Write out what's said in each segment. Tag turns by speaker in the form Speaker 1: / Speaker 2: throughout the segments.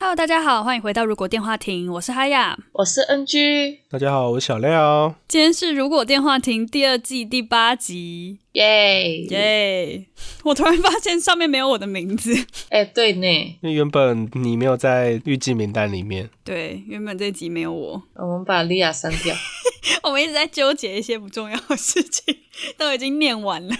Speaker 1: Hello，大家好，欢迎回到《如果电话亭》，我是哈雅。
Speaker 2: 我是 NG，
Speaker 3: 大家好，我是小廖。
Speaker 1: 今天是《如果电话亭》第二季第八集，
Speaker 2: 耶
Speaker 1: 耶、我突然发现上面没有我的名字。
Speaker 2: 哎，对呢，
Speaker 3: 因为原本你没有在预计名单里面，
Speaker 1: 对，原本这集没有我，
Speaker 2: 我们把莉亚删掉。
Speaker 1: 我们一直在纠结一些不重要的事情，都已经念完了。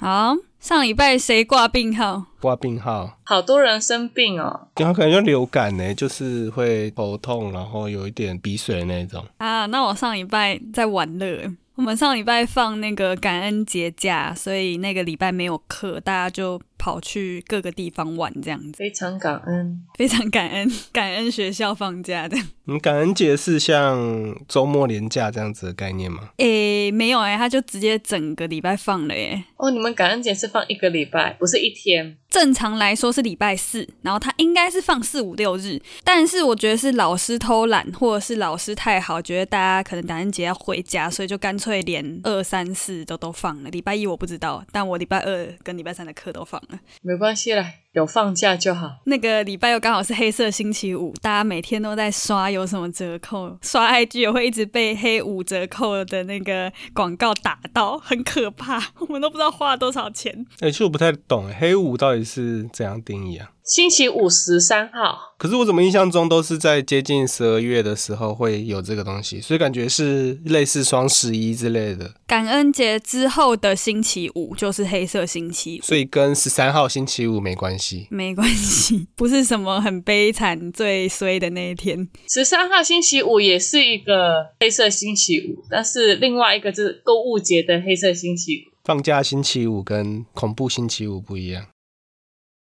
Speaker 1: 好，上礼拜谁挂病号？
Speaker 3: 挂病号，
Speaker 2: 好多人生病哦，
Speaker 3: 然后可能就流感呢，就是会头痛，然后有一点鼻水那种。
Speaker 1: 啊，那我上礼拜在玩乐。我们上礼拜放那个感恩节假，所以那个礼拜没有课，大家就跑去各个地方玩这样子。
Speaker 2: 非常感恩。
Speaker 1: 非常感恩， 感恩学校放假的。
Speaker 3: 嗯，感恩节是像周末连假这样子的概念吗？
Speaker 1: 诶、没有诶、他就直接整个礼拜放了诶、
Speaker 2: 哦，你们感恩节是放一个礼拜，不是一天。
Speaker 1: 正常来说是礼拜四，然后他应该是放四五六日，但是我觉得是老师偷懒，或者是老师太好，觉得大家可能感恩节要回家，所以就干脆连二三四都都放了。礼拜一我不知道，但我礼拜二跟礼拜三的课都放了。
Speaker 2: 没关系啦，有放假就好。
Speaker 1: 那个礼拜又刚好是黑色星期五，大家每天都在刷有什么折扣，刷 IG 也会一直被黑五折扣的那个广告打到，很可怕， 我们都不知道花了多少钱。
Speaker 3: 哎、其实我不太懂黑五到底是怎样定义啊。
Speaker 2: 星期五十三号，
Speaker 3: 可是我怎么印象中都是在接近十二月的时候会有这个东西，所以感觉是类似双十一之类的，
Speaker 1: 感恩节之后的星期五就是黑色星期五。
Speaker 3: 所以跟十三号星期五没关系。
Speaker 1: 没关系，不是什么很悲惨、最衰的那一天。
Speaker 2: 十三号星期五也是一个黑色星期五，但是另外一个就是购物节的黑色星期五。
Speaker 3: 放假星期五跟恐怖星期五不一样。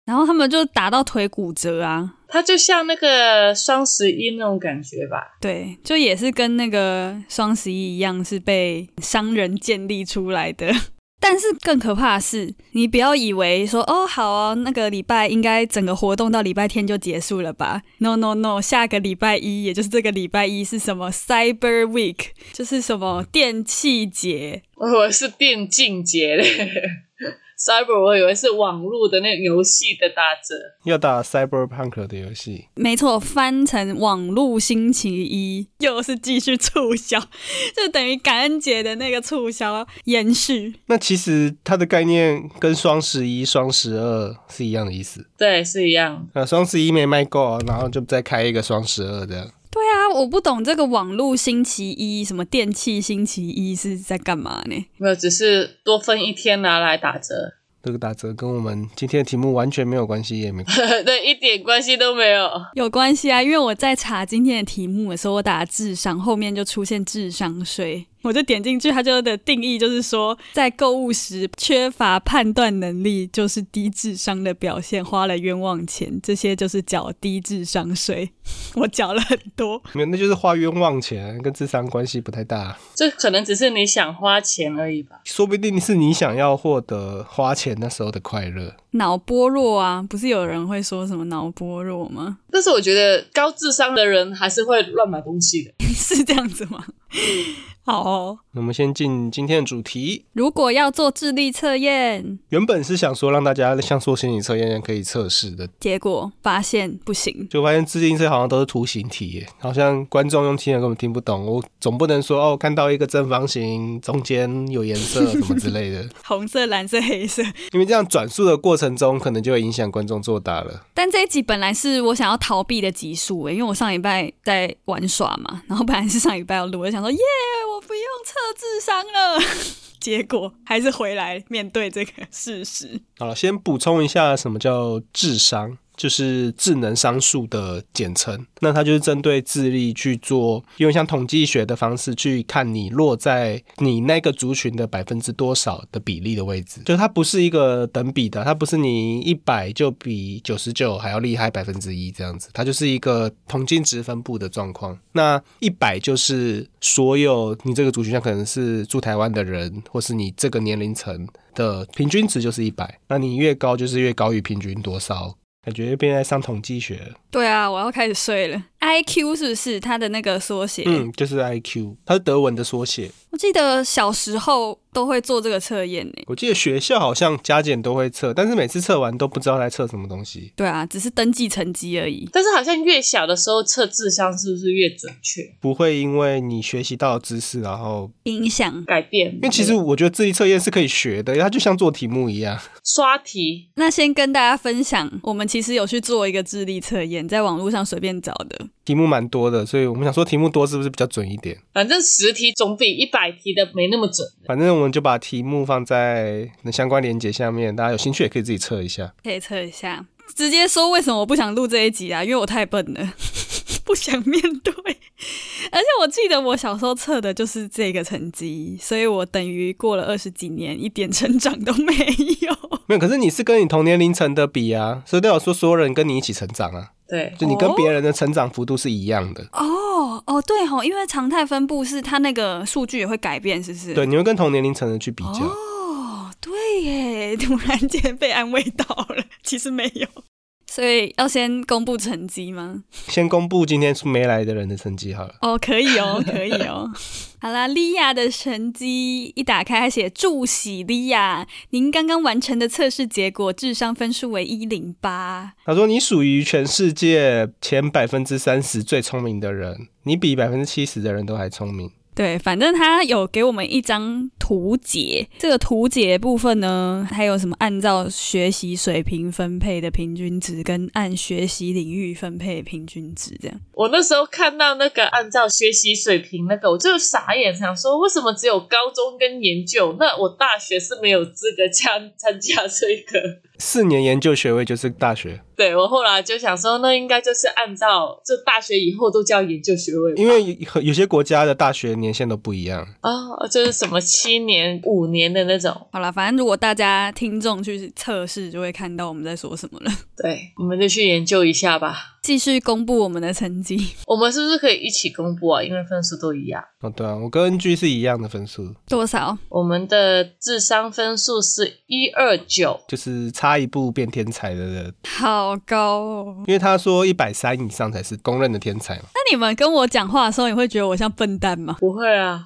Speaker 1: 然后他们就打到腿骨折啊，
Speaker 2: 它就像那个双十一那种感觉吧，
Speaker 1: 对，就也是跟那个双十一一样，是被商人建立出来的。 但是更可怕的是，你不要以为说哦好啊，那个礼拜应该整个活动到礼拜天就结束了吧？No No No，下个礼拜一，也就是这个礼拜一是什么 Cyber Week，就是什么电器节，
Speaker 2: 我是电竞节嘞。Cyber，我以为是网络的那游戏的打折。
Speaker 3: 要打 Cyberpunk 的游戏，
Speaker 1: 没错，翻成网络星期一，又是继续促销，就等于感恩节的那个促销延续。
Speaker 3: 那其实它的概念跟双十一、双十二是一样的意思。
Speaker 2: 对，是一样。
Speaker 3: 呃，双十一没卖够，然后就再开一个双十二这样。
Speaker 1: 对啊，我不懂这个网络星期一，什么电器星期一是在干嘛呢？
Speaker 2: 没有，只是多分一天拿来打折，
Speaker 3: 这个打折跟我们今天的题目完全没有关系，也没
Speaker 2: 对，一点关系都没有。
Speaker 1: 有关系啊，因为我在查今天的题目的时候，我打智商，后面就出现智商税，我就点进去，它就的定义就是说，在购物时缺乏判断能力，就是低智商的表现，花了冤枉钱，这些就是缴低智商税。 我缴了很多，
Speaker 3: 没有，那就是花冤枉钱，跟智商关系不太大。
Speaker 2: 这可能只是你想花钱而已吧。
Speaker 3: 说不定是你想要获得花钱那时候的快乐。
Speaker 1: 脑波弱啊，不是有人会说什么脑波弱吗？
Speaker 2: 但是我觉得高智商的人还是会乱买东西的。
Speaker 1: 是这样子吗？好哦、
Speaker 3: 那我们先进今天的主题。
Speaker 1: 如果要做智力测验，
Speaker 3: 原本是想说让大家像做心理测验一样可以测试的，
Speaker 1: 结果发现不行，
Speaker 3: 就发现自行车好像都是图形题耶，好像观众用听的根本听不懂。我总不能说哦，看到一个正方形中间有颜色什么之类的，
Speaker 1: 红色、蓝色、黑色，
Speaker 3: 因为这样转述的过程中，可能就会影响观众作答了。
Speaker 1: 但这一集本来是我想要逃避的集数欸诶，因为我上礼拜在玩耍嘛，然后本来是上礼拜要录，我就想说耶，我不用测智商了。 结果还是回来面对这个事实。
Speaker 3: 好了，先补充一下什么叫智商。就是智能商数的简称。那它就是针对智力去做，因为像统计学的方式去看你落在你那个族群的百分之多少的比例的位置。就它不是一个等比的，它不是你一百就比九十九还要厉害百分之一这样子，它就是一个统计值分布的状况。那一百就是所有你这个族群，像可能是住台湾的人，或是你这个年龄层的平均值就是一百。那你越高就是越高于平均多少，感觉又变在上统计学了。
Speaker 1: 对啊，我要开始睡了。I Q 是不是它的那个缩写？
Speaker 3: 嗯，就是 IQ，它是德文的缩写。
Speaker 1: 我记得小时候都会做这个测验欸呢。
Speaker 3: 我记得学校好像加减都会测，但是每次测完都不知道在测什么东西。
Speaker 1: 对啊，只是登记成绩而已。
Speaker 2: 但是好像越小的时候测智商是不是越准确？
Speaker 3: 不会因为你学习到的知识，然后
Speaker 1: 影响
Speaker 2: 改变？
Speaker 3: 因为其实我觉得智力测验是可以学的，它就像做题目一样。
Speaker 2: 刷题
Speaker 1: 那先跟大家分享，我们其实有去做一个智力测验，在网络上随便找的。
Speaker 3: 题目蛮多的，所以我们想说题目多是不是比较准一点？
Speaker 2: 反正十题总比一百题的没那么准。
Speaker 3: 反正我们就把题目放在相关连接下面，大家有兴趣也可以自己测一下。
Speaker 1: 可以测一下，直接说为什么我不想录这一集啊？因为我太笨了， 不想面对。而且我记得我小时候测的就是这个成绩，所以我等于过了二十几年，一点成长都没有。
Speaker 3: 没有，可是你是跟你同年龄层的比啊，所以代表说所有人跟你一起成长啊，
Speaker 2: 对，
Speaker 3: 就你跟别人的成长幅度是一样的。
Speaker 1: 哦哦，对吼、因为常态分布是它那个数据也会改变，是不是？
Speaker 3: 对，你会跟同年龄层的去比较。
Speaker 1: 哦，对耶，突然间被安慰到了， 其实没有。所以要先公布成绩吗？
Speaker 3: 先公布今天没来的人的成绩好了。
Speaker 1: 哦，可以哦， 可以哦。好啦，莉亚的成绩一打开，还写祝喜莉亚，您刚刚完成的测试结果智商分数为一零八。
Speaker 3: 他说你属于全世界前百分之三十最聪明的人，你比百分之七十的人都还聪明。
Speaker 1: 对，反正他有给我们一张图解，这个图解部分呢，还有什么按照学习水平分配的平均值，跟按学习领域分配的平均值，这样。
Speaker 2: 我那时候看到那个按照学习水平那个，我就傻眼，想说为什么只有高中跟研究？那我大学是没有资格参参加这个。
Speaker 3: 四年研究学位就是大学，
Speaker 2: 对我后来就想说，那应该就是按照就大学以后都叫研究学位吧
Speaker 3: 因为有有些国家的大学年限都不一样。
Speaker 2: 啊，就是什么七年、五年的那种。
Speaker 1: 好了，反正如果大家听众去测试，就会看到我们在说什么了。
Speaker 2: 对，我们就去研究一下吧。
Speaker 1: 继续公布我们的成绩。
Speaker 2: 我们是不是可以一起公布啊？因为分数都一样。
Speaker 3: 哦，对啊，我跟 NG 是一样的分数，
Speaker 1: 多少？
Speaker 2: 我们的智商分数是一二九，
Speaker 3: 就是差一步变天才的人。
Speaker 1: 好高哦！
Speaker 3: 因为他说一百三以上才是公认的天才嘛。
Speaker 1: 那你们跟我讲话的时候，你会觉得我像笨蛋吗？
Speaker 2: 不会啊，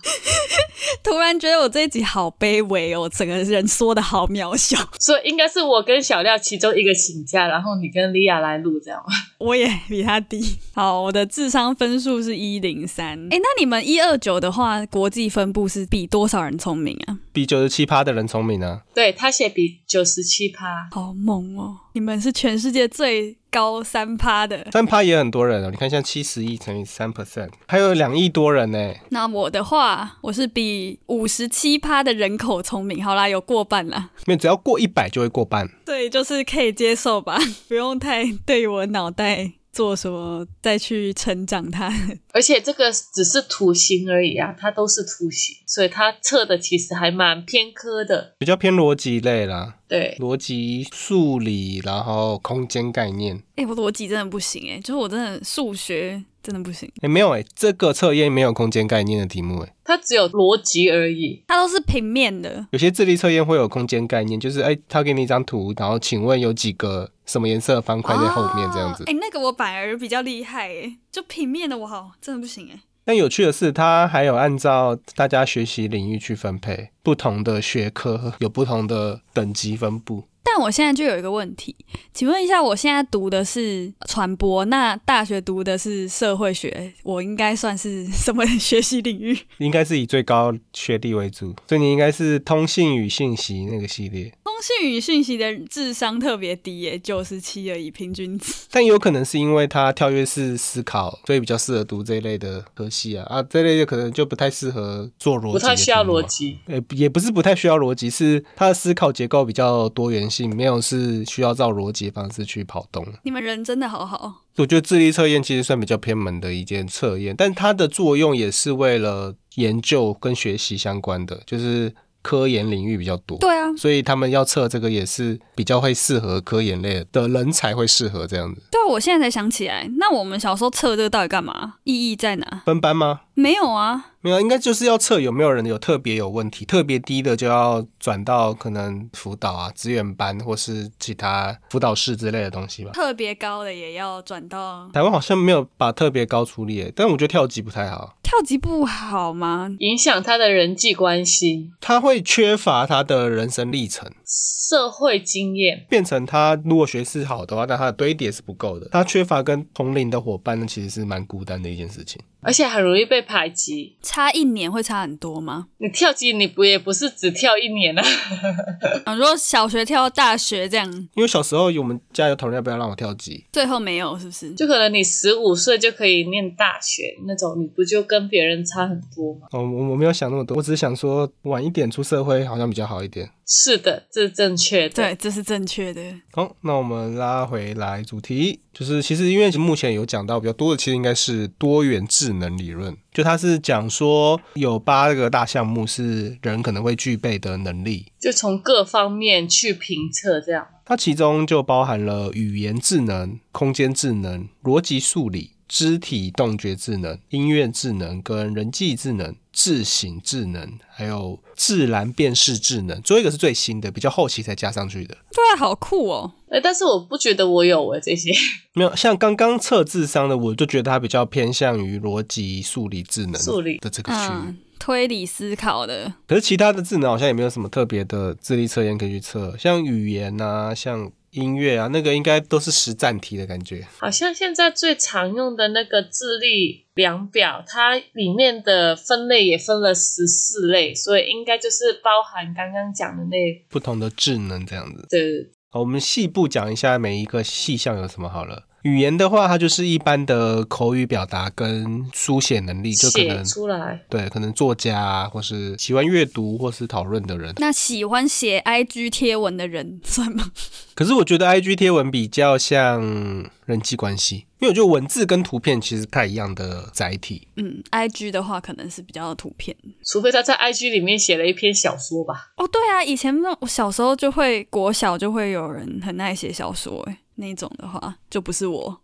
Speaker 1: 突然觉得我这一集好卑微哦，整个人缩的好渺小。
Speaker 2: 所以应该是我跟小廖其中一个请假，然后你跟莉亚来录，这样吗？
Speaker 1: 我也比他低。好，我的智商分数是一零三。哎，那你们一二九的话，国际分布是比多少人聪明啊？
Speaker 3: 比九十七趴的人聪明啊，
Speaker 2: 对他写比九十七趴，
Speaker 1: 好猛哦！你们是全世界最高三趴的。
Speaker 3: 三趴也很多人哦。你看，像七十亿乘以三 percent，还有两亿多人呢。
Speaker 1: 那我的话，我是比五十七趴的人口聪明。好啦，有过半啦，
Speaker 3: 没有，只要过一百就会过半。
Speaker 1: 对，就是可以接受吧， 不用太对我脑袋做什么再去成长它。
Speaker 2: 而且这个只是图形而已啊，它都是图形，所以它测的其实还蛮偏科的。
Speaker 3: 比较偏逻辑类啦，
Speaker 2: 对，
Speaker 3: 逻辑、数理，然后空间概念。
Speaker 1: 哎、我逻辑真的不行哎、就是我真的数学真的不行，
Speaker 3: 哎，没有哎，这个测验没有空间概念的题目哎。
Speaker 2: 它只有逻辑而已。
Speaker 1: 它都是平面的。
Speaker 3: 有些智力测验会有空间概念，就是哎，他给你一张图，然后请问有几个什么颜色的方块在后面这样子。
Speaker 1: 哎、诶那个我反而比较厉害哎、就平面的我好真的不行哎、
Speaker 3: 但有趣的是，它还有按照大家学习领域去分配，不同的学科有不同的等级分布。
Speaker 1: 但我现在就有一个问题，请问一下，我现在读的是传播，那大学读的是社会学，我应该算是什么学习领域？
Speaker 3: 应该是以最高学历为主，所以你应该是通信与信息那个系列，
Speaker 1: 通信与讯息的智商特别低耶，九十七而已，平均值。
Speaker 3: 但有可能是因为它跳跃式思考，所以比较适合读这一类的科系啊啊，这类的可能就不太适合做逻辑，啊
Speaker 2: 不太需要逻。辑，
Speaker 3: 呃，也不是不太需要逻辑，是它的思考结构比较多元性，没有是需要照逻辑的方式去跑动。
Speaker 1: 你们人真的好哦好，
Speaker 3: 我觉得智力测验其实算比较偏门的一件测验，但它的作用也是为了研究跟学习相关的，就是科研领域比较多。
Speaker 1: 对啊，
Speaker 3: 所以他们要测这个也是比较会适合科研类的人才会适合这样子
Speaker 1: 对啊，我现在才想起来，那我们小时候测这个到底干嘛？意义在哪？
Speaker 3: 分班吗？
Speaker 1: 没有啊，
Speaker 3: 没有，应该就是要测有没有人有特别有问题，特别低的就要转到可能辅导啊、资源班或是其他辅导室之类的东西吧。
Speaker 1: 特别高的也要转到
Speaker 3: 台湾好像没有把特别高处理耶，但我觉得跳级不太好，
Speaker 1: 跳级不好吗？
Speaker 2: 影响他的人际关系、
Speaker 3: 他会缺乏他的人生历程，
Speaker 2: 社会经验。
Speaker 3: 变成他如果学识好的话，但他的堆叠是不够的，他缺乏跟同龄的伙伴，那其实是蛮孤单的一件事情。
Speaker 2: 而且很容易被排挤。
Speaker 1: 差一年会差很多吗？
Speaker 2: 你跳级，你不也不是只跳一年啊？
Speaker 1: 啊，如果小学跳到大学这样，
Speaker 3: 因为小时候我们家有讨论要不要让我跳级，
Speaker 1: 最后没有是不是？
Speaker 2: 就可能你十五岁就可以念大学那种，你不就跟别人差很多吗？
Speaker 3: 哦，我我没有想那么多，我只是想说晚一点出社会好像比较好一点。
Speaker 2: 是的，这是正确的。
Speaker 1: 对，这是正确的。
Speaker 3: 好，那我们拉回来主题，就是其实因为目前有讲到比较多的，其实应该是多元智能理论，就它是讲说有八个大项目是人可能会具备的能力，
Speaker 2: 就从各方面去评测，这样
Speaker 3: 它其中就包含了语言智能、空间智能、逻辑数理、肢体动觉智能、音乐智能跟人际智能、智行智能，还有自然辨识智能。最后一个是最新的，比较后期才加上去的。
Speaker 1: 对啊，好酷哦！
Speaker 2: 哎，但是我不觉得我有哎这些，
Speaker 3: 没有，像刚刚测智商的，我就觉得它比较偏向于逻辑、数理、智能
Speaker 2: 数理
Speaker 3: 的这个区域。
Speaker 1: 嗯，推理思考的，
Speaker 3: 可是其他的智能好像也没有什么特别的智力测验可以去测，像语言啊，像音乐啊，那个应该都是实战题的感觉。
Speaker 2: 好像现在最常用的那个智力量表，它里面的分类也分了十四类，所以应该就是包含刚刚讲的那
Speaker 3: 不同的智能这样子。
Speaker 2: 的
Speaker 3: 好，我们细部讲一下每一个细项有什么好了。语言的话，它就是一般的口语表达跟书写能力，就可
Speaker 2: 写
Speaker 3: 能
Speaker 2: 出来。
Speaker 3: 对，可能作家啊，或是喜欢阅读或是讨论的人，
Speaker 1: 那喜欢写 IG 贴文的人 算吗？
Speaker 3: 可是我觉得 I G 贴文比较像人际关系，因为我觉得文字跟图片其实不太一样的载体。
Speaker 1: 嗯，IG 的话可能是比较图片。
Speaker 2: 除非他在 IG 里面写了一篇小说吧，
Speaker 1: 哦，对啊，以前那我小时候就会国小就会有人很爱写小说，哎，那种的话就不是我。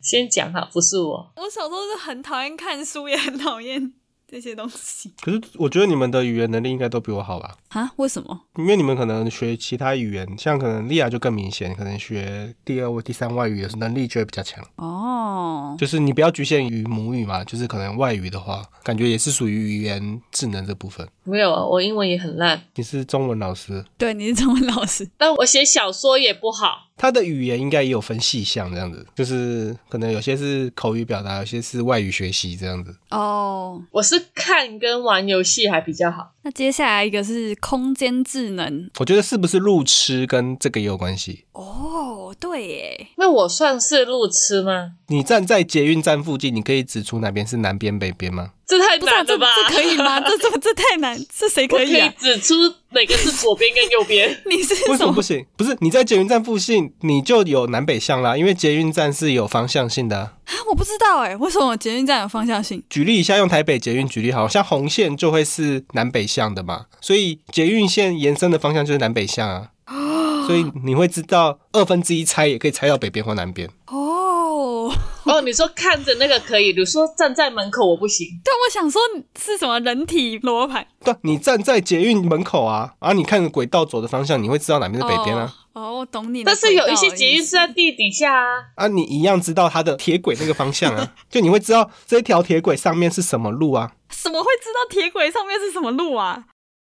Speaker 2: 先讲哈，不是我，
Speaker 1: 我小时候是很讨厌看书，也很讨厌这些东 西
Speaker 3: 可是我觉得你们的语言能力应该都比我好吧？
Speaker 1: 啊？为什么？
Speaker 3: 因为你们可能学其他语言，像可能莉亚就更明显，可能学第二或第三外语的能力就会比较强。
Speaker 1: 哦，
Speaker 3: 就是你不要局限于母语嘛，就是可能外语的话，感觉也是属于语言智能这部分。
Speaker 2: 没有啊，我英文也很烂，
Speaker 3: 你是中文老师，
Speaker 1: 对，你是中文老师，
Speaker 2: 但我写小说也不好。
Speaker 3: 他的语言应该也有分细项这样子，就是可能有些是口语表达，有些是外语学习这样子。
Speaker 1: 哦，
Speaker 2: 我是看跟玩游戏还比较好，
Speaker 1: 那接下来一个是空间智能。
Speaker 3: 我觉得是不是路痴跟这个也有关系？
Speaker 1: 哦，对耶，
Speaker 2: 那我算是路痴吗？
Speaker 3: 你站在捷运站附近，你可以指出哪边是南边、北边吗？
Speaker 2: 这太
Speaker 1: 不是、啊、
Speaker 2: 难
Speaker 1: 这
Speaker 2: 了吧？
Speaker 1: 这可以吗？这这这太难，这谁
Speaker 2: 我
Speaker 1: 可以啊？。
Speaker 2: 可以指出哪个是左边跟右边
Speaker 1: 你是
Speaker 3: 为什
Speaker 1: 什
Speaker 3: 么不行？不是你在捷运站附近，你就有南北向啦，因为捷运站是有方向性的啊、
Speaker 1: 啊？我不知道哎，为什么捷运站有方向性？
Speaker 3: 举例一下，用台北捷运举例好，像红线就会是南北向的嘛，所以捷运线延伸的方向就是南北向 啊。
Speaker 1: 哦
Speaker 3: 所以你会知道二分之一猜也可以猜到北边或南边。
Speaker 1: 哦，
Speaker 2: 哦，你说看着那个可以，你说站在门口我不行，
Speaker 1: 对，我想说是什么人体罗盘？
Speaker 3: 对啊，你站在捷运门口啊，啊，你看轨道走的方向，你会知道哪边是北边啊。
Speaker 1: 哦。哦，我懂你的
Speaker 2: 但
Speaker 1: 轨道的
Speaker 2: 是
Speaker 1: 意思。
Speaker 2: 有一些捷运是在地底下啊。
Speaker 3: 啊，你一样知道它的铁轨那个方向啊，就你会知道这条铁轨上面是什么路啊。
Speaker 1: 怎么会知道铁轨上面是什么路啊？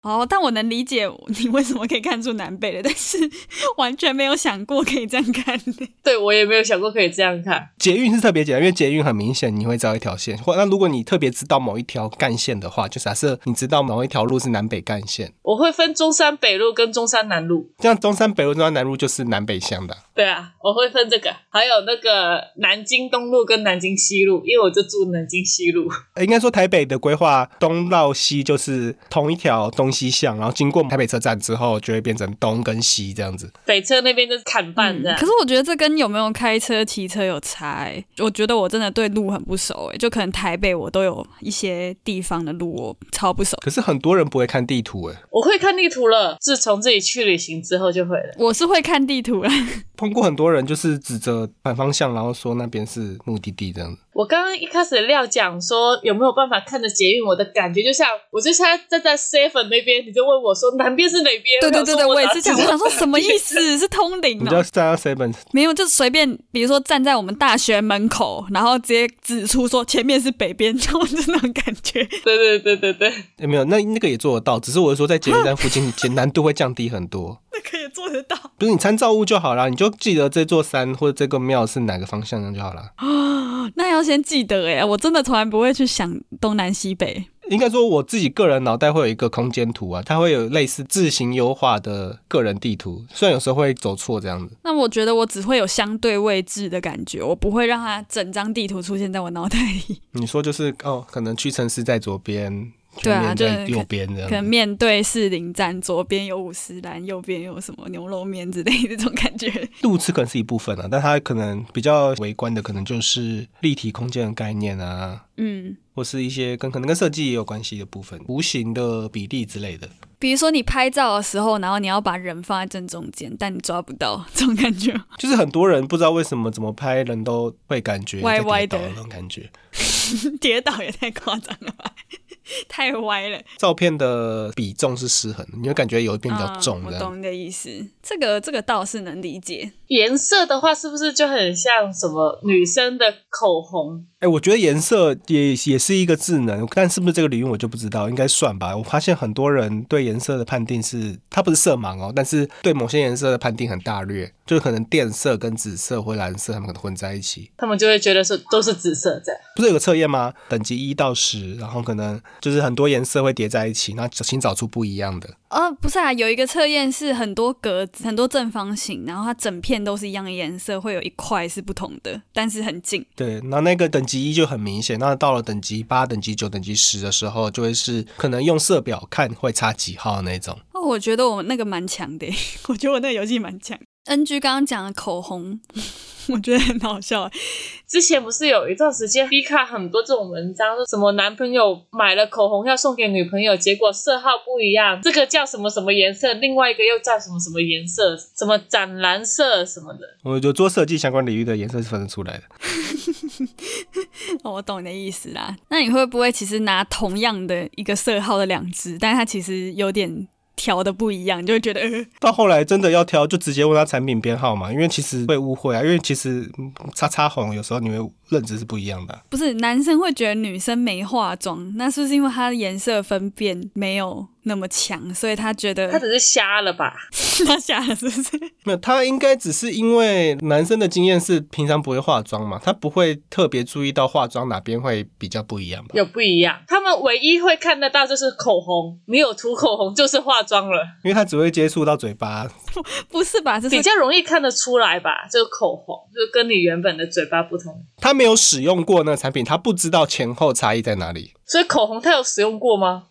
Speaker 1: 哦，但我能理解你为什么可以看出南北的，但是 完全没有想过可以这样看的。
Speaker 2: 对我也没有想过可以这样看。
Speaker 3: 捷运是特别简单，因为捷运很明显你会知道一条线，或那如果你特别知道某一条干线的话，就假设你知道某一条路是南北干线，
Speaker 2: 我会分中山北路跟中山南路。
Speaker 3: 像中山北路、中山南路就是南北向的啊。
Speaker 2: 对啊，我会分这个，还有那个南京东路跟南京西路，因为我就住南京西路。
Speaker 3: 啊呃应该说台北的规划东到西就是同一条东西向，然后经过台北车站之后，就会变成东跟西这样子。
Speaker 2: 北车那边就是砍半的、
Speaker 1: 嗯可是我觉得这跟有没有开车、骑车有差、欸。我觉得我真的对路很不熟、欸，就可能台北我都有一些地方的路我超不熟。
Speaker 3: 可是很多人不会看地图，欸诶，
Speaker 2: 我会看地图了，自从自己去旅行之后就会了。
Speaker 1: 我是会看地 图啦，
Speaker 3: 碰过很多人就是指着反方向，然后说那边是目的地这样子。
Speaker 2: 我刚刚一开始料讲说有没有办法看着捷运，我的感觉就像我就现在站在 seven 那边，你就问我说南边是哪边？
Speaker 1: 对对对对，
Speaker 2: 我
Speaker 1: 我也
Speaker 2: 哪
Speaker 1: 是
Speaker 2: 知
Speaker 1: 想，
Speaker 2: 道
Speaker 1: 我想说什么意思？是通灵
Speaker 3: 你
Speaker 1: 哦、
Speaker 3: 就站到 seven，
Speaker 1: 没有，就随便，比如说站在我们大学门口，然后直接指出说前面是北边，然后就那种感觉。
Speaker 2: 对 对对对对，
Speaker 3: 诶没有，那那个也做得到，只是我是说在捷运站附近，其实难度会降低很多。
Speaker 1: 那个也做得到
Speaker 3: 不是你参照物就好啦，你就记得这座山或者这个庙是哪个方向这样就好啦。
Speaker 1: 啊！ 那要先记得哎、我真的从来不会去想东南西北。
Speaker 3: 应该说我自己个人脑袋会有一个空间图啊，它会有类似自行优化的个人地图，虽然有时候会走错这样子。
Speaker 1: 那我觉得我只会有相对位置的感觉，我不会让它整张地图出现在我脑袋里。
Speaker 3: 你说就是哦，可能屈臣氏在左边，
Speaker 1: 对啊
Speaker 3: 全联在
Speaker 1: 就是
Speaker 3: 右边这
Speaker 1: 可
Speaker 3: 样
Speaker 1: 能
Speaker 3: 子。
Speaker 1: 面对士林站，左边有五十岚，右边有什么牛肉面之类的这种感觉。
Speaker 3: 路痴可能是一部分啊，但它可能比较围观的可能就是立体空间的概念啊，
Speaker 1: 嗯，
Speaker 3: 或是一些跟可能跟设计也有关系的部分，无形的比例之类的。
Speaker 1: 比如说你拍照的时候，然后你要把人放在正中间，但你抓不到这种感觉。
Speaker 3: 就是很多人不知道为什么怎么拍人都会感觉
Speaker 1: 歪
Speaker 3: 在跌
Speaker 1: 歪的
Speaker 3: 倒那种感觉。
Speaker 1: 跌倒也太夸张了吧，太歪了，
Speaker 3: 照片的比重是失衡的，你会感觉有一边比较重
Speaker 1: 嗯
Speaker 3: 这
Speaker 1: 我
Speaker 3: 样。
Speaker 1: 懂你的意思，这个这个倒是能理解。
Speaker 2: 颜色的话是不是就很像什么女生的口红？
Speaker 3: 哎、我觉得颜色也也是一个智能，但是不是这个领域我就不知道，应该算吧。我发现很多人对颜色的判定是，它不是色盲哦，但是对某些颜色的判定很大略，就是可能电色跟紫色或蓝色它们可能混在一起。
Speaker 2: 他们就会觉得说都是紫色这样。
Speaker 3: 不是有个测验吗？等级一到十，然后可能就是很多颜色会叠在一起，那请找出不一样的。
Speaker 1: 哦，不是啊，有一个测验是很多格子，很多正方形，然后它整片都是一样的颜色，会有一块是不同的，但是很近。
Speaker 3: 对，那那个等级一就很明显，那到了等级八、等级九、等级十的时候，就会是可能用色表看会差几号那种。
Speaker 1: 哦，我觉得我那个蛮强的耶，欸 我觉得我那个游戏蛮强。NG 刚刚讲的口红， 我觉得很好笑。欸
Speaker 2: 之前不是有一段时间，B 卡很多这种文章，说什么男朋友买了口红要送给女朋友，结果色号不一样，这个叫什么什么颜色，另外一个又叫什么什么颜色，什么斩蓝色什么的。
Speaker 3: 我觉得做设计相关领域的颜色是分得出来的。
Speaker 1: 哦，我懂你的意思啦。那你会不会其实拿同样的一个色号的两支，但是它其实有点调的不一样，你就会觉得、呃、
Speaker 3: 到后来真的要挑，就直接问他产品编号嘛，因为其实会误会啊，因为其实嗯叉叉红有时候你会认知是不一样的啊、
Speaker 1: 不是男生会觉得女生没化妆，那是不是因为她的颜色分辨没有那么强，所以他觉得
Speaker 2: 他只是瞎了吧？
Speaker 1: 他瞎了，是不是？
Speaker 3: 没有，他应该只是因为男生的经验是平常不会化妆嘛，他不会特别注意到化妆哪边会比较不一样吧？
Speaker 2: 有不一样。他们唯一会看得到就是口红，你有涂口红就是化妆了，
Speaker 3: 因为他只会接触到嘴巴，
Speaker 1: 不是吧？这
Speaker 2: 比
Speaker 1: 是
Speaker 2: 较容易看得出来吧？就是口红，就跟你原本的嘴巴不同。
Speaker 3: 他没有使用过那个产品，他不知道前后差异在哪 里。
Speaker 2: 所以口红他有使用过吗？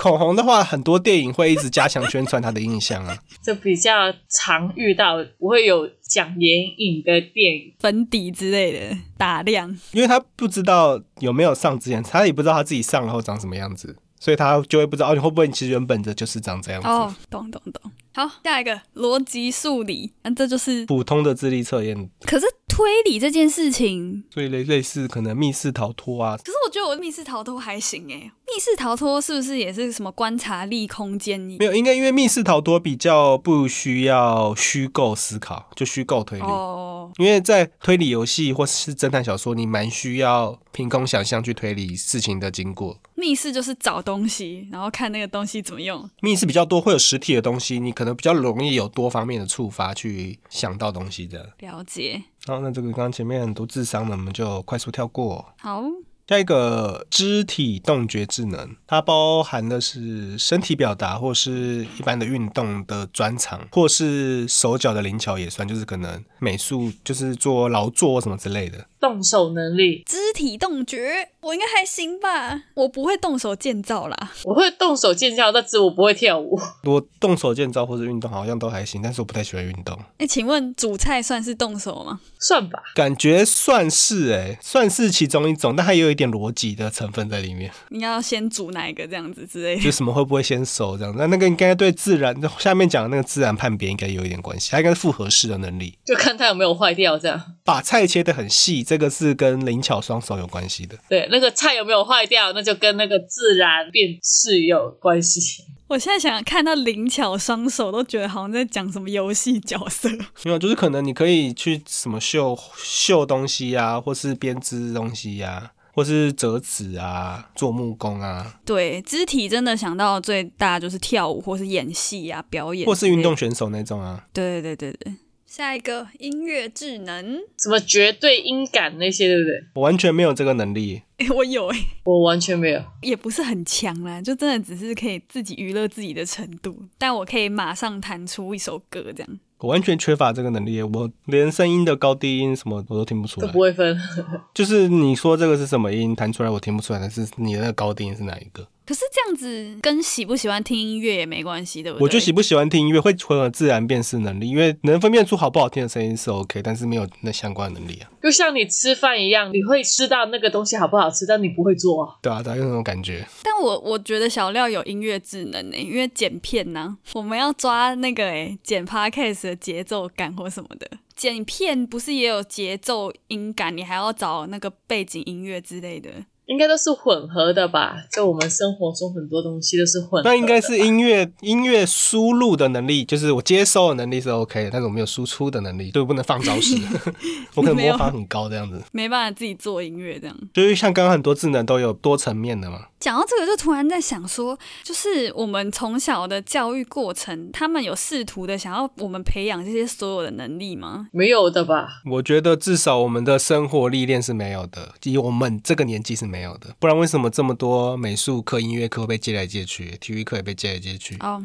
Speaker 3: 口红的话，很多电影会一直加强宣传它的印象啊。
Speaker 2: 就比较常遇到不会有讲眼影的电影。
Speaker 1: 粉底之类的打亮。
Speaker 3: 因为他不知道有没有上之前，他也不知道他自己上了后长什么样子，所以他就会不知道哦，你会不会其实原本的就是长这样子。
Speaker 1: 哦，懂懂懂。好，下一个逻辑数理，那、这就是。
Speaker 3: 普通的智力测验，
Speaker 1: 可是推理这件事情，
Speaker 3: 所以类类似可能密室逃脱啊，
Speaker 1: 可是我觉得我密室逃脱还行诶，密室逃脱是不是也是什么观察力、空间力
Speaker 3: 没？有，应该因为密室逃脱比较不需要虚构思考，就虚构推理。
Speaker 1: 哦，
Speaker 3: 因为在推理游戏或是侦探小说，你蛮需要凭空想象去推理事情的经过。
Speaker 1: 密室就是找东西，然后看那个东西怎么用。
Speaker 3: 密室比较多，会有实体的东西，你可能比较容易有多方面的触发去想到东西的。
Speaker 1: 了解，
Speaker 3: 好，那这个刚刚前面很多智商的，我们就快速跳过。
Speaker 1: 好，
Speaker 3: 下一个肢体动觉智能，它包含的是身体表达，或是一般的运动的专长，或是手脚的灵巧也算，就是可能美术，就是做劳作什么之类的。
Speaker 2: 动手能力，
Speaker 1: 肢体动觉，我应该还行吧，我不会动手建造啦。
Speaker 2: 我会动手建造，但是我不会跳舞。
Speaker 3: 我动手建造或是运动好像都还行，但是我不太喜欢运动，
Speaker 1: 哎，请问煮菜算是动手吗？
Speaker 2: 算吧，
Speaker 3: 感觉算是哎、算是其中一种，但还有一点逻辑的成分在里面，
Speaker 1: 应该要先煮哪一个这样子之类的。
Speaker 3: 就什么会不会先熟这样。那那个应该对自然下面讲的那个自然判别应该有一点关系，它应该是复合式的能力。
Speaker 2: 就看它有没有坏掉这样。
Speaker 3: 把菜切得很细，这个是跟灵巧双手有关系的。
Speaker 2: 对，那个菜有没有坏掉，那就跟那个自然变质有关系。
Speaker 1: 我现在想看到灵巧双手，都觉得好像在讲什么游戏角 色。
Speaker 3: 没有，就是可能你可以去什么绣绣东西啊，或是编织东西啊，或是折纸啊，做木工啊，
Speaker 1: 对，肢体真的想到最大就是跳舞或是演戏啊，表演
Speaker 3: 或是运
Speaker 1: 之类的
Speaker 3: 动选手那种啊。
Speaker 1: 对对对对，下一个音乐智能，
Speaker 2: 什么绝对音感那些，对不对？
Speaker 3: 我完全没有这个能力，
Speaker 1: 诶我有诶、
Speaker 2: 我完全没有。
Speaker 1: 也不是很强啦，就真的只是可以自己娱乐自己的程度，但我可以马上弹出一首歌这样。
Speaker 3: 我完全缺乏这个能力，我连声音的高低音什么我都听不出
Speaker 2: 都
Speaker 3: 来
Speaker 2: 不。会分，
Speaker 3: 就是你说这个是什么音弹出来，我听不出来，但是你的那个高低音是哪一个？
Speaker 1: 可是这样子跟喜不喜欢听音乐也没关系，对不对？
Speaker 3: 我就喜不喜欢听音乐会混合自然辨识能力，因为能分辨出好不好听的声音是 OK，但是没有那相关的能力啊。
Speaker 2: 就像你吃饭一样，你会知道那个东西好不好吃，但你不会做啊。
Speaker 3: 对啊，大概那种感觉。
Speaker 1: 但我我觉得小廖有音乐智能欸呢、因为剪片呢、我们要抓那个诶、剪 podcast 的节奏感或什么的。剪片不是也有节奏音感，你还要找那个背景音乐之类的。
Speaker 2: 应该都是混合的吧？就我们生活中很多东西都是混合的吧。
Speaker 3: 那应该是音乐音乐输入的能力，就是我接收的能力是 OK 的，但是我没有输出的能力，所以我不能放招 式， 我可能模仿很高这样子。
Speaker 1: 没办法自己做音乐这样。
Speaker 3: 就是像刚刚很多智能都有多层面的嘛，
Speaker 1: 讲到这个，就突然在想说，就是我们从小的教育过程，他们有试图的想要我们培养这些所有的能力吗？
Speaker 2: 没有的吧？
Speaker 3: 我觉得至少我们的生活历练是没有的，以我们这个年纪是没有的，不然为什么这么多美术课、音乐课被借来借去，体育课也被借来借去？
Speaker 1: 哦、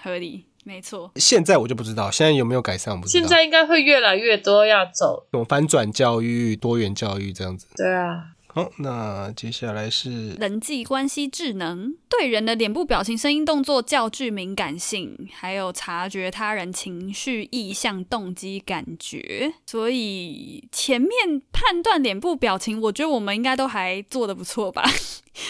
Speaker 1: 合理，没错。
Speaker 3: 现在我就不知道，现在有没有改善我不知道。
Speaker 2: 现在应该会越来越多要走。
Speaker 3: 什么翻转教育、多元教育这样子。
Speaker 2: 对啊，
Speaker 3: 好，那接下来是
Speaker 1: 人际关系智能对人的脸部表情、声音、动作较具敏感性，还有察觉他人情绪、意向、动机、感觉。所以前面判断脸部表情，我觉得我们应该都还做的不错吧。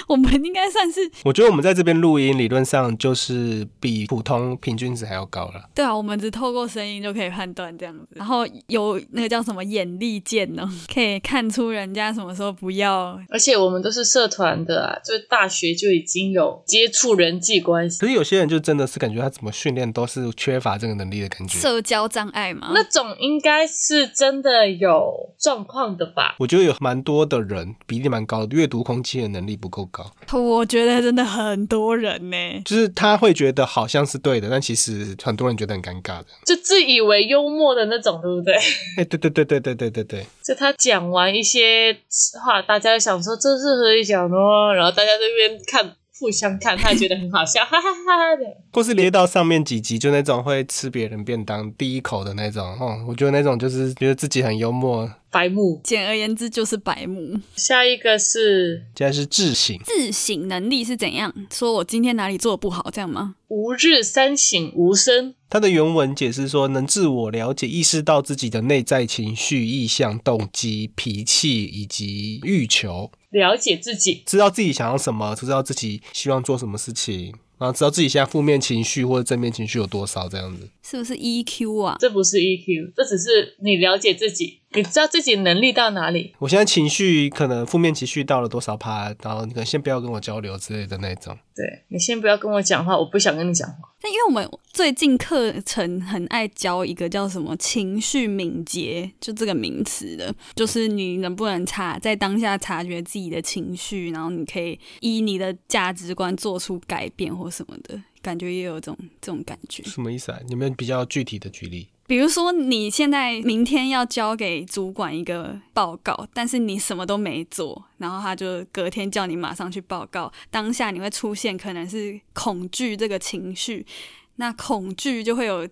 Speaker 1: 我们应该算是
Speaker 3: 我觉得我们在这边录音，理论上就是比普通平均值还要高了。
Speaker 1: 对啊，我们只透过声音就可以判断这样子，然后有那个叫什么眼力见呢， 可以看出人家什么时候不要。
Speaker 2: 而且我们都是社团的啊，就大学就已经有接触人际关系，
Speaker 3: 可是有些人就真的是感觉他怎么训练都是缺乏这个能力的感觉。
Speaker 1: 社交障碍嘛，
Speaker 2: 那种应该是真的有状况的吧？
Speaker 3: 我觉得有蛮多的人比例蛮高的，阅读空气的能力不够高，
Speaker 1: 那我觉得真的很多人呢，
Speaker 3: 就是他会觉得好像是对的，但其实很多人觉得很尴尬的。
Speaker 2: 就自以为幽默的那种，对不对？
Speaker 3: 哎、对对对对对对对对，
Speaker 2: 就他讲完一些话，大家就想说这是何以讲的哦，然后大家这边看互相看，他也觉得很好笑，哈哈哈哈的。
Speaker 3: 或是列到上面几集，就那种会吃别人便当第一口的那种，哦，我觉得那种就是觉得自己很幽默。
Speaker 2: 白目。
Speaker 1: 简而言之就是白目。
Speaker 2: 下一个是
Speaker 3: 现在是智行，
Speaker 1: 自省能力是怎样？说我今天哪里做的不好，这样吗？
Speaker 2: 吾日三省吾身，
Speaker 3: 它的原文解释说，能自我了解、意识到自己的内在情绪、意向、动机、脾气以及欲求，
Speaker 2: 了解自己。
Speaker 3: 知道自己想要什么，知道自己希望做什么事情，然后知道自己现在负面情绪或者正面情绪有多少，这样子。
Speaker 1: 是不是 EQ 啊？
Speaker 2: 这不是 EQ，这只是你了解自己，你知道自己能力到哪里。
Speaker 3: 我现在情绪可能负面情绪到了多少趴，然后你可能先不要跟我交流之类的那种。
Speaker 2: 对你先不要跟我讲话，我不想跟你讲话。
Speaker 1: 但因为我们最近课程很爱教一个叫什么情绪敏捷，就这个名词的，就是你能不能察在当下察觉自己的情绪，然后你可以依你的价值观做出改变或什么的。感觉也有这种这种感觉，
Speaker 3: 什么意思啊？有没有比较具体的举例？
Speaker 1: 比如说你现在明天要交给主管一个报告，但是你什么都没做，然后他就隔天叫你马上去报告，当下你会出现可能是恐惧这个情绪，那恐惧就会有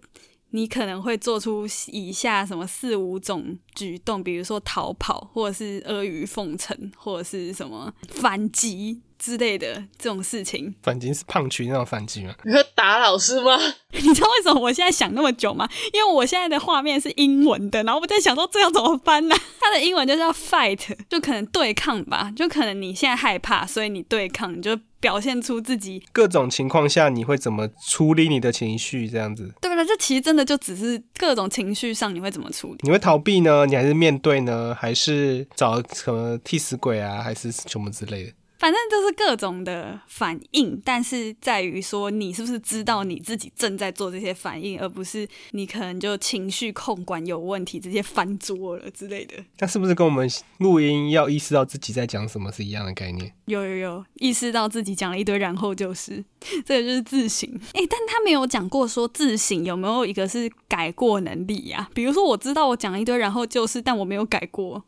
Speaker 1: 你可能会做出以下什么四五种举动，比如说逃跑，或者是阿谀奉承，或者是什么反击之类的这种事情。
Speaker 3: 反击是胖橘那种反击吗？
Speaker 2: 你会打老师吗？
Speaker 1: 你知道为什么我现在想那么久吗？因为我现在的画面是英文的，然后我在想说这要怎么翻呢、它的英文就叫 fight，就可能对抗吧，就可能你现在害怕，所以你对抗，你就表现出自己。
Speaker 3: 各种情况下你会怎么处理你的情绪？这样子，
Speaker 1: 对不对？这其实真的就只是各种情绪上你会怎么处理。
Speaker 3: 你会逃避呢？你还是面对呢？还是找什么替死鬼啊？还是什么之类的？
Speaker 1: 反正就是各种的反应，但是在于说你是不是知道你自己正在做这些反应，而不是你可能就情绪控管有问题，直接翻桌了之类的。
Speaker 3: 那是不是跟我们录音要意识到自己在讲什么是一样的概念？
Speaker 1: 有有有，意识到自己讲了一堆，然后就是，这个就是自省。诶，但他没有讲过说自省有没有一个是改过能力呀、比如说我知道我讲了一堆，然后就是，但我没有改过。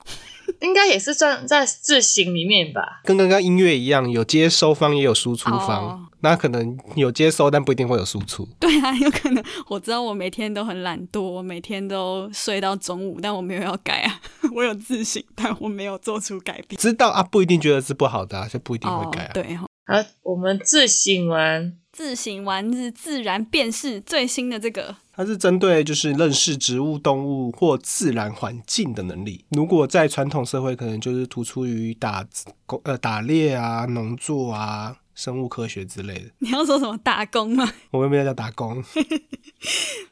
Speaker 2: 应该也是算在自省里面吧。
Speaker 3: 跟刚刚音乐一样，有接收方也有输出方。
Speaker 1: 哦
Speaker 3: 那可能有接收，但不一定会有输出。
Speaker 1: 对啊，有可能我知道我每天都很懒惰，我每天都睡到中午，但我没有要改啊， 我有自省，但我没有做出改变。
Speaker 3: 知道啊，不一定觉得是不好的、啊，就不一定会改
Speaker 1: 哦、
Speaker 3: 啊。
Speaker 1: 对哦，
Speaker 2: 好，我们自省完，
Speaker 1: 自省完是自然辨识最新的这个
Speaker 3: 它是针对就是认识植物、动物或自然环境的能力。如果在传统社会，可能就是突出于打工呃打猎啊、农作啊、生物科学之类的。
Speaker 1: 你要说什么打工吗？
Speaker 3: 我又没有在打工。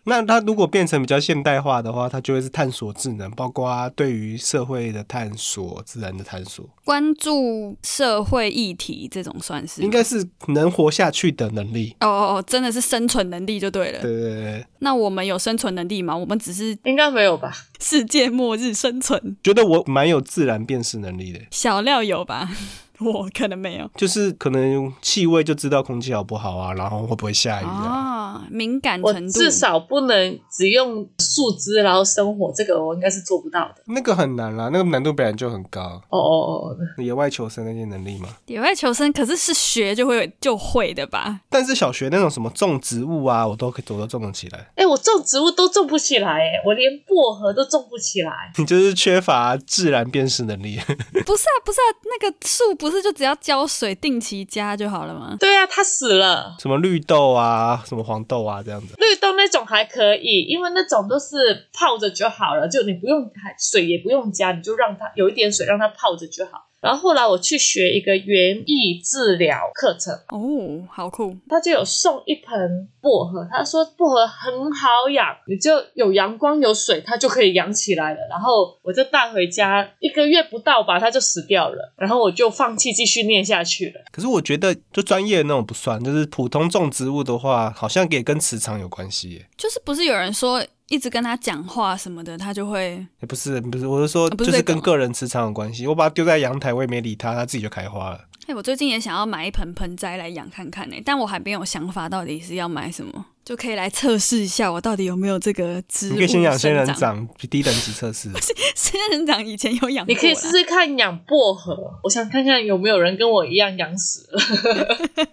Speaker 3: 那它如果变成比较现代化的话，它就会是探索智能，包括对于社会的探索、自然的探索，
Speaker 1: 关注社会议题这种算是吗
Speaker 3: 应该是能活下去的能力。
Speaker 1: 哦哦哦，真的是生存能力就对了。
Speaker 3: 对对对对，
Speaker 1: 那我们有生存能力吗？我们只是
Speaker 2: 应该没有吧？
Speaker 1: 世界末日生存，
Speaker 3: 觉得我蛮有自然辨识能力的。
Speaker 1: 小料有吧？ 我可能没有
Speaker 3: 就是可能气味就知道空气好不好啊，然后会不会下雨啊？
Speaker 1: 啊、哦，敏感
Speaker 2: 我
Speaker 1: 程度
Speaker 2: 至少不能只用树枝然后生活，这个我应该是做不到的。
Speaker 3: 那个很难啦，那个难度本来就很高，
Speaker 2: 哦哦哦，
Speaker 3: 野外求生那些能力嘛。
Speaker 1: 野外求生，可是是学就会就会的吧？
Speaker 3: 但是小学那种什么种植物啊，我都可以，我都种得起来。
Speaker 2: 哎，我种植物都种不起来，哎，我连薄荷都种不起来。
Speaker 3: 你就是缺乏自然辨识能力，
Speaker 1: 不是啊，不是啊，那个树不是就只要浇水、定期加就好了吗？
Speaker 2: 对啊，它死了。
Speaker 3: 什么绿豆啊，什么黄豆啊这样子。
Speaker 2: 绿豆那种还可以，因为那种都是泡着就好了，就你不用水也不用加，你就让它有一点水让它泡着就好。然后后来我去学一个园艺治疗课程，
Speaker 1: 哦，好酷！
Speaker 2: 他就有送一盆薄荷，他说薄荷很好养，你就有阳光有水，它就可以养起来了。然后我就带回家，一个月不到吧，它就死掉了。然后我就放弃继续念下去了。
Speaker 3: 可是我觉得，就专业的那种不算，就是普通种植物的话，好像也跟磁场有关系耶。
Speaker 1: 就是不是有人说一直跟他讲话什么的，他就会
Speaker 3: 诶不是不是，我是说，
Speaker 1: 啊不
Speaker 3: 就是是
Speaker 1: 这个
Speaker 3: 跟
Speaker 1: 吗
Speaker 3: 个人磁场有关系。我把它丢在阳台，我也没理它，它自己就开花了。
Speaker 1: 哎、我最近也想要买一盆盆栽来养看看呢、但我还没有想法到底是要买什么，就可以来测试一下我到底有没有这个植物
Speaker 3: 你可以先养仙人
Speaker 1: 生长。
Speaker 3: 掌，低等级测试。
Speaker 1: 仙人掌以前有养过
Speaker 2: 你
Speaker 1: 啦，
Speaker 2: 可以试试看养薄荷，我想看看有没有人跟我一样养死了。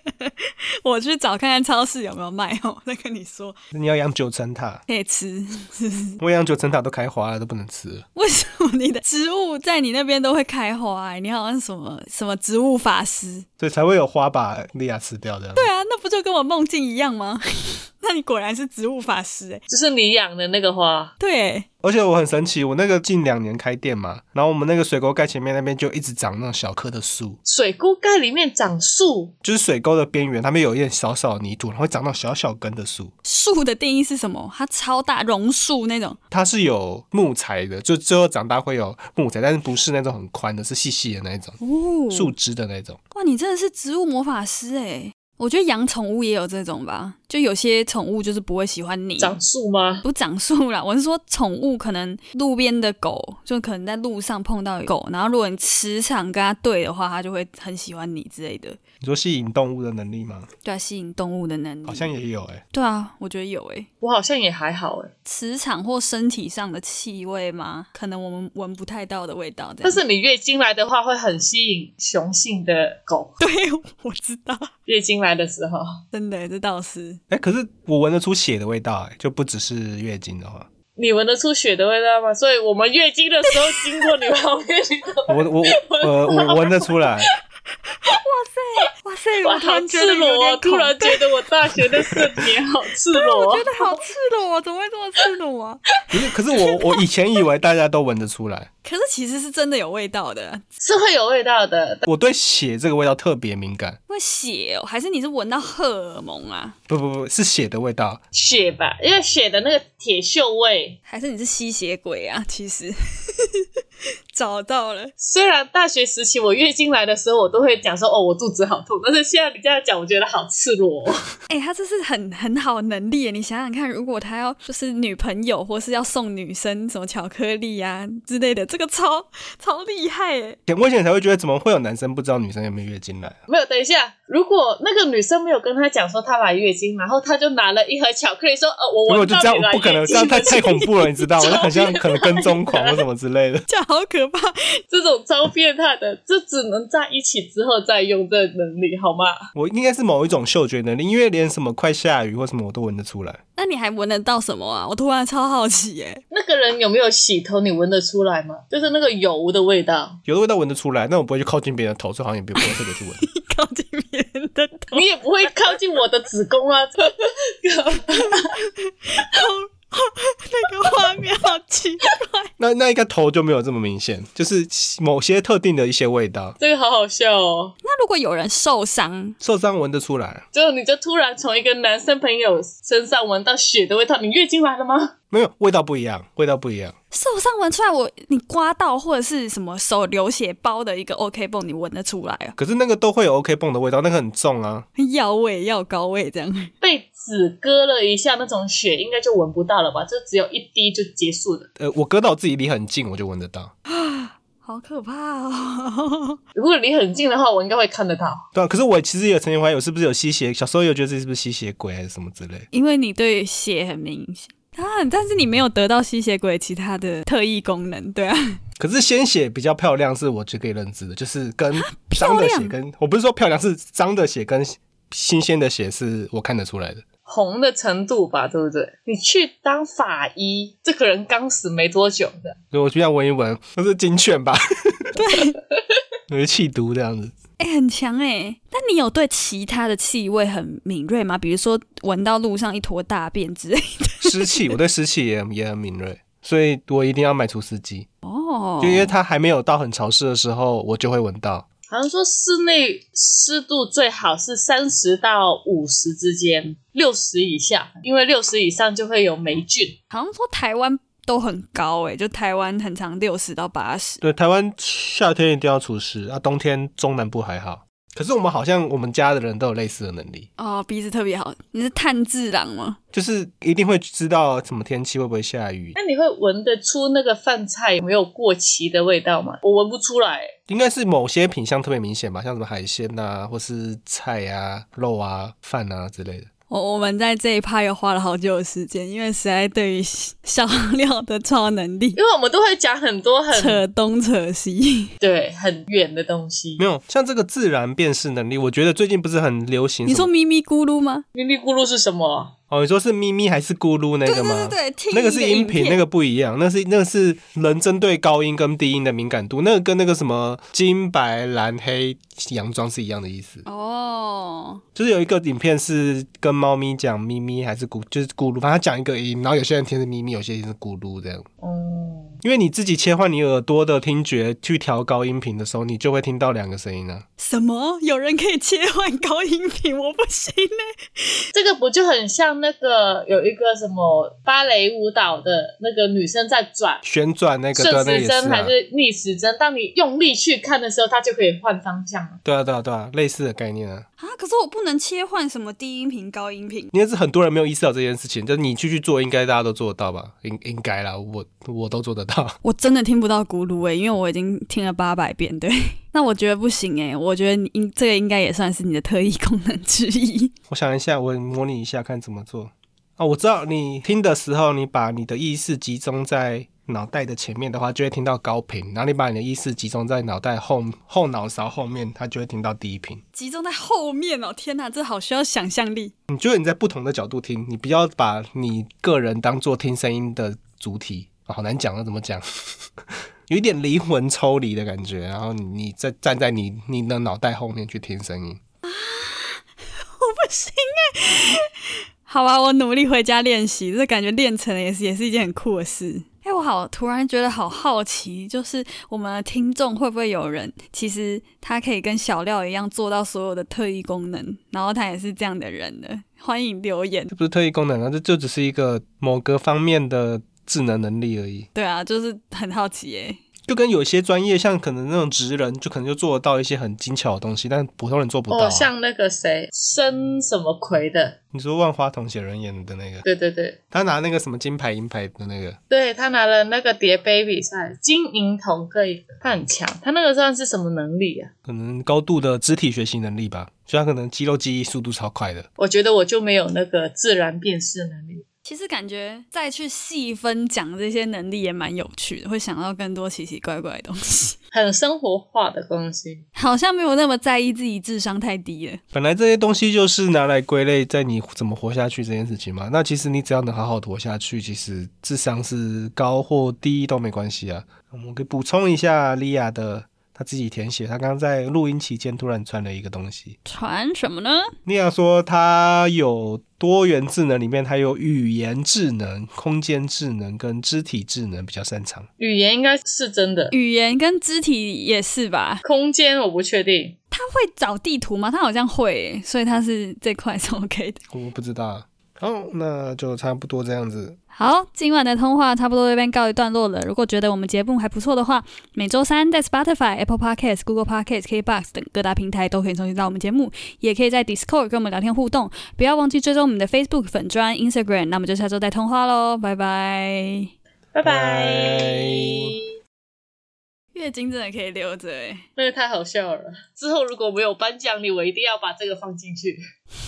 Speaker 1: 我去找看看超市有没有卖哦，再跟你说
Speaker 3: 你要养九层塔，
Speaker 1: 可以吃。
Speaker 3: 我养九层塔都开花了，都不能吃了。
Speaker 1: 为什么你的植物在你那边都会开花、欸？你好像什么什么植物法师？
Speaker 3: 所以才会有花把莉亚吃掉这样。
Speaker 1: 对啊，那不就跟我梦境一样吗？ 那你果然是植物法师哎、
Speaker 2: 就是你养的那个花，
Speaker 1: 对，欸
Speaker 3: 而且我很神奇，我那个近两年开店嘛，然后我们那个水沟盖前面那边就一直长那种小棵的树，
Speaker 2: 水沟盖里面长树，
Speaker 3: 就是水沟的边缘，它们有一点少少的泥土，然后会长到小小根的树。
Speaker 1: 树的定义是什么？它超大，榕树那种。
Speaker 3: 它是有木材的，就最后长大会有木材，但是不是那种很宽的，是细细的那一种，
Speaker 1: 哦，
Speaker 3: 树枝的那种。
Speaker 1: 哇，你真的是植物魔法师哎、我觉得养宠物也有这种吧，就有些宠物就是不会喜欢你，
Speaker 2: 长树吗？
Speaker 1: 不长树啦，我是说宠物，可能路边的狗，就可能在路上碰到狗，然后如果你磁场跟它对的话，它就会很喜欢你之类的，
Speaker 3: 你说吸引动物的能力吗？
Speaker 1: 对啊，吸引动物的能力，
Speaker 3: 好像也有哎、
Speaker 1: 对啊，我觉得有诶、
Speaker 2: 我好像也还好哎，
Speaker 1: 磁场或身体上的气味吗？可能我们闻不太到的味道，这样
Speaker 2: 但是你月经来的话会很吸引雄性的狗，
Speaker 1: 对，我知道，
Speaker 2: 月经来的时候，
Speaker 1: 真的，这倒是
Speaker 3: 哎、可是我闻得出血的味道、哎，就不只是月经的话，
Speaker 2: 你闻得出血的味道吗？所以我们月经的时候经过你旁边，你都
Speaker 3: 我 我呃我闻得出来，
Speaker 1: 哇塞，
Speaker 2: 哇，
Speaker 1: 我突
Speaker 2: 好
Speaker 1: 然觉
Speaker 2: 赤
Speaker 1: 得有
Speaker 2: 裸、哦！
Speaker 1: 点恐
Speaker 2: 突然觉得我大学的四年好赤裸、
Speaker 1: 我
Speaker 2: 哦
Speaker 1: 觉，得 好赤裸、哦，怎么会这么赤裸啊？
Speaker 3: 不是，可是我我以前以为大家都闻得出来，
Speaker 1: 可是其实是真的有味道的，
Speaker 2: 是会有味道的。
Speaker 3: 我对血这个味道特别敏感，
Speaker 1: 会血哦，还是你是闻到荷尔蒙啊？
Speaker 3: 不不不是血的味道，
Speaker 2: 血吧，因为血的那个铁锈味，
Speaker 1: 还是你是吸血鬼啊？其实 找到了，
Speaker 2: 虽然大学时期我月经来的时候，我都会讲说哦，我肚子好痛，但是现在你这样讲，我觉得好赤裸、哦。
Speaker 1: 哎、他这是很很好的能力耶。你想想看，如果他要就是女朋友，或是要送女生什么巧克力啊之类的，这个超超厉害哎。
Speaker 3: 以前我以前才会觉得怎么会有男生不知道女生有没有月经来，
Speaker 2: 没有，等一下，如果那个女生没有跟他讲说她来月经，然后他就拿了一盒巧克力说，呃，我
Speaker 3: 如果
Speaker 2: 闻
Speaker 3: 就
Speaker 2: 到
Speaker 3: 这样
Speaker 2: 你来
Speaker 3: 不可能，
Speaker 2: 月
Speaker 3: 这
Speaker 2: 经
Speaker 3: 样
Speaker 2: 了
Speaker 3: 太太恐怖了，你知道 吗？那很像可能跟踪狂或什么之类的。
Speaker 1: 这样好可怕！
Speaker 2: 这种超变态的，这只能在一起之后再用这能力，好吗？
Speaker 3: 我应该是某一种嗅觉能力，因为连什么快下雨或什么我都闻得出来。
Speaker 1: 那你还闻得到什么啊？我突然超好奇耶！
Speaker 2: 那个人有没有洗头，你闻得出来吗？就是那个油的味道，
Speaker 3: 有的味道闻得出来，但我不会去靠近别人的头，所以好像也不会特别去 闻。
Speaker 1: 你靠近别人的头，
Speaker 2: 你也不会靠近我的子宫啊。
Speaker 1: 那个画面好奇怪。
Speaker 3: 那那应该头就没有这么明显，就是某些特定的一些味道，
Speaker 2: 这个好好笑哦！
Speaker 1: 那如果有人受伤，
Speaker 3: 受伤闻得出来。
Speaker 2: 就你就突然从一个男生朋友身上闻到血的味道，你月经来了吗？
Speaker 3: 没有味道不一样，味道不一样。
Speaker 1: 受伤闻出来我，你刮到或者是什么手流血包的一个 OK 泵，你闻得出来啊？
Speaker 3: 可是那个都会有 OK 泵的味道，那个很重啊。
Speaker 1: 药味、药膏味这样。
Speaker 2: 被纸割了一下那种血，应该就闻不到了吧？就只有一滴就结束了。
Speaker 3: 呃，我隔到我自己离很近，我就闻得到。
Speaker 1: 好可怕哦！
Speaker 2: 如果离很近的话，我应该会看得到。
Speaker 3: 对啊，可是我其实也曾经怀疑我是不是有吸血，小时候有觉得自己是不是吸血鬼还是什么之类。
Speaker 1: 因为你对血很敏感啊，但是你没有得到吸血鬼其他的特异功能，对 啊，
Speaker 3: 可是鲜血比较漂亮，是我就可以认知的，就是跟脏的血跟我不是说漂亮，是脏的血跟新鲜的血是我看得出来的。
Speaker 2: 红的程度吧，对不对？你去当法医，这个人刚死没多久的，
Speaker 3: 所以我就要闻一闻，那是警犬吧？对， 有气毒这样子。
Speaker 1: 哎、很强哎、但你有对其他的气味很敏锐吗？比如说闻到路上一坨大便之类的？
Speaker 3: 湿气，我对湿气也也很敏锐，所以我一定要买除湿机，
Speaker 1: 哦，
Speaker 3: 就因为它还没有到很潮湿的时候，我就会闻到。
Speaker 2: 好像说室内湿度最好是三十到五十之间，六十以下，因为六十以上就会有霉菌。
Speaker 1: 好像说台湾都很高哎、就台湾很长六十到八十。
Speaker 3: 对，台湾夏天一定要除湿，啊，冬天中南部还好。可是我们好像我们家的人都有类似的能力，
Speaker 1: 哦，鼻子特别好，你是炭治郎吗？
Speaker 3: 就是一定会知道什么天气会不会下雨，
Speaker 2: 那你会闻得出那个饭菜有没有过期的味道吗？我闻不出来。
Speaker 3: 应该是某些品相特别明显吧，像什么海鲜呐、或是菜啊、肉啊、饭啊之类的。
Speaker 1: 我我们在这一趴又花了好久的时间，因为实在对于笑料的超能力
Speaker 2: 因为我们都会讲很多很
Speaker 1: 扯东扯西，
Speaker 2: 对很远的东西
Speaker 3: 没，有，像这个自然辨识能力，我觉得最近不是很流行什么。
Speaker 1: 你说咪咪咕噜吗？
Speaker 2: 咪咪咕噜是什么？
Speaker 3: 哦，你说是咪咪还是咕噜那
Speaker 1: 对
Speaker 3: 个
Speaker 1: 对
Speaker 3: 吗？
Speaker 1: 对对，听
Speaker 3: 那个是
Speaker 1: 一
Speaker 3: 音频，那
Speaker 1: 个
Speaker 3: 个不一样，那是那个是人针对高音跟低音的敏感度，那个跟那个什么金白蓝黑洋装是一样的意思。
Speaker 1: 哦，
Speaker 3: 就是有一个影片是跟猫咪讲咪咪还是咕，就是咕噜，反正它讲一个音，然后有些人听是咪咪，有些人是咕噜这样。
Speaker 2: 哦、
Speaker 3: 因为你自己切换你耳朵的听觉去调高音频的时候，你就会听到两个声音啊。
Speaker 1: 什么？有人可以切换高音频，我不行欸呢、
Speaker 2: 这个不就很像那个有一个什么芭蕾舞蹈的那个女生在转
Speaker 3: 旋转那个对啊
Speaker 2: 顺
Speaker 3: 那
Speaker 2: 时
Speaker 3: 个也是
Speaker 2: 针还
Speaker 3: 啊，
Speaker 2: 是逆时针？当你用力去看的时候，它就可以换方向了。
Speaker 3: 对啊对啊对啊，类似的概念啊。
Speaker 1: 啊！可是我不能切换什么低音频、高音频。
Speaker 3: 应该是很多人没有意识到这件事情，就是你去去做，应该大家都做得到吧？应应该啦，我我都做得到。
Speaker 1: 我真的听不到咕噜诶、因为我已经听了八百遍。对， 那我觉得不行诶、我觉得你应这个应该也算是你的特异功能之一。
Speaker 3: 我想一下，我模拟一下看怎么做。啊，我知道你听的时候，你把你的意识集中在脑袋的前面的话，就会听到高频；然后你把你的意识集中在脑袋后后脑勺后面，它就会听到低频。
Speaker 1: 集中在后面哦，天哪，这好需要想象力。
Speaker 3: 你觉得你在不同的角度听，你不要把你个人当做听声音的主体，啊好难讲要怎么讲？ 有一点灵魂抽离的感觉，然后你你再站在你你的脑袋后面去听声音。
Speaker 1: 不行哎、好吧，我努力回家练习，这感觉练成了也是也是一件很酷的事。哎、我好突然觉得好好奇，就是我们的听众会不会有人，其实他可以跟小廖一样做到所有的特异功能，然后他也是这样的人呢？欢迎留言。
Speaker 3: 这不是特异功能啊，这就只是一个某个方面的智能能力而已。
Speaker 1: 对啊，就是很好奇哎、
Speaker 3: 就跟有些专业，像可能那种职人，就可能就做得到一些很精巧的东西，但普通人做不到、啊。
Speaker 2: 哦，像那个谁，申什么葵的，
Speaker 3: 你说万花筒写人演的那个，
Speaker 2: 对对对，
Speaker 3: 他拿那个什么金牌银牌的那个，
Speaker 2: 对他拿了那个叠杯比赛金银铜各一个，他很强，他那个算是什么能力啊？
Speaker 3: 可能高度的肢体学习能力吧，所以他可能肌肉记忆速度超快的。
Speaker 2: 我觉得我就没有那个自然辨识能力。
Speaker 1: 其实感觉再去细分讲这些能力也蛮有趣的，会想到更多奇奇怪怪的东西。
Speaker 2: 很生活化的东西，
Speaker 1: 好像没有那么在意自己智商太低了。
Speaker 3: 本来这些东西就是拿来归类在你怎么活下去这件事情嘛。那其实你只要能好好地活下去，其实智商是高或低都没关系啊。我们可以补充一下莉亚的她自己填写，她刚刚在录音期间突然传了一个东西。
Speaker 1: 传什么呢？
Speaker 3: 莉亚说她有多元智能，里面她有语言智能、空间智能跟肢体智能比较擅长。
Speaker 2: 语言应该是真的，
Speaker 1: 语言跟肢体也是吧？
Speaker 2: 空间我不确定。
Speaker 1: 他会找地图吗？他好像会耶，所以他是这块是 OK 的。
Speaker 3: 我不知道啊。好，那就差不多这样子。
Speaker 1: 好，今晚的通话差不多这边告一段落了。如果觉得我们节目还不错的话，每周三在 Spotify、Apple Podcasts、Google Podcasts、KBox 等各大平台都可以收听到我们节目，也可以在 Discord 跟我们聊天互动。不要忘记追踪我们的 Facebook 粉专、Instagram。那我们就下周再通话喽，拜拜。
Speaker 2: 拜
Speaker 3: 拜
Speaker 1: 月经真的可以留着欸诶，
Speaker 2: 那个太好笑了。之后如果没有颁奖礼，我一定要把这个放进去。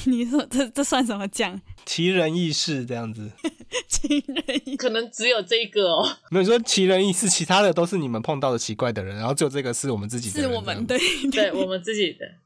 Speaker 1: 你说这这算什么奖？
Speaker 3: 奇人异事这样子。
Speaker 1: 情人一
Speaker 2: 可能只有这个哦。
Speaker 3: 没有你说奇人异事，其他的都是你们碰到的奇怪的人，然后只有这个是我们自己的
Speaker 1: 是
Speaker 3: 人
Speaker 1: 我
Speaker 3: 这样
Speaker 1: 们对
Speaker 2: 对我们自己的。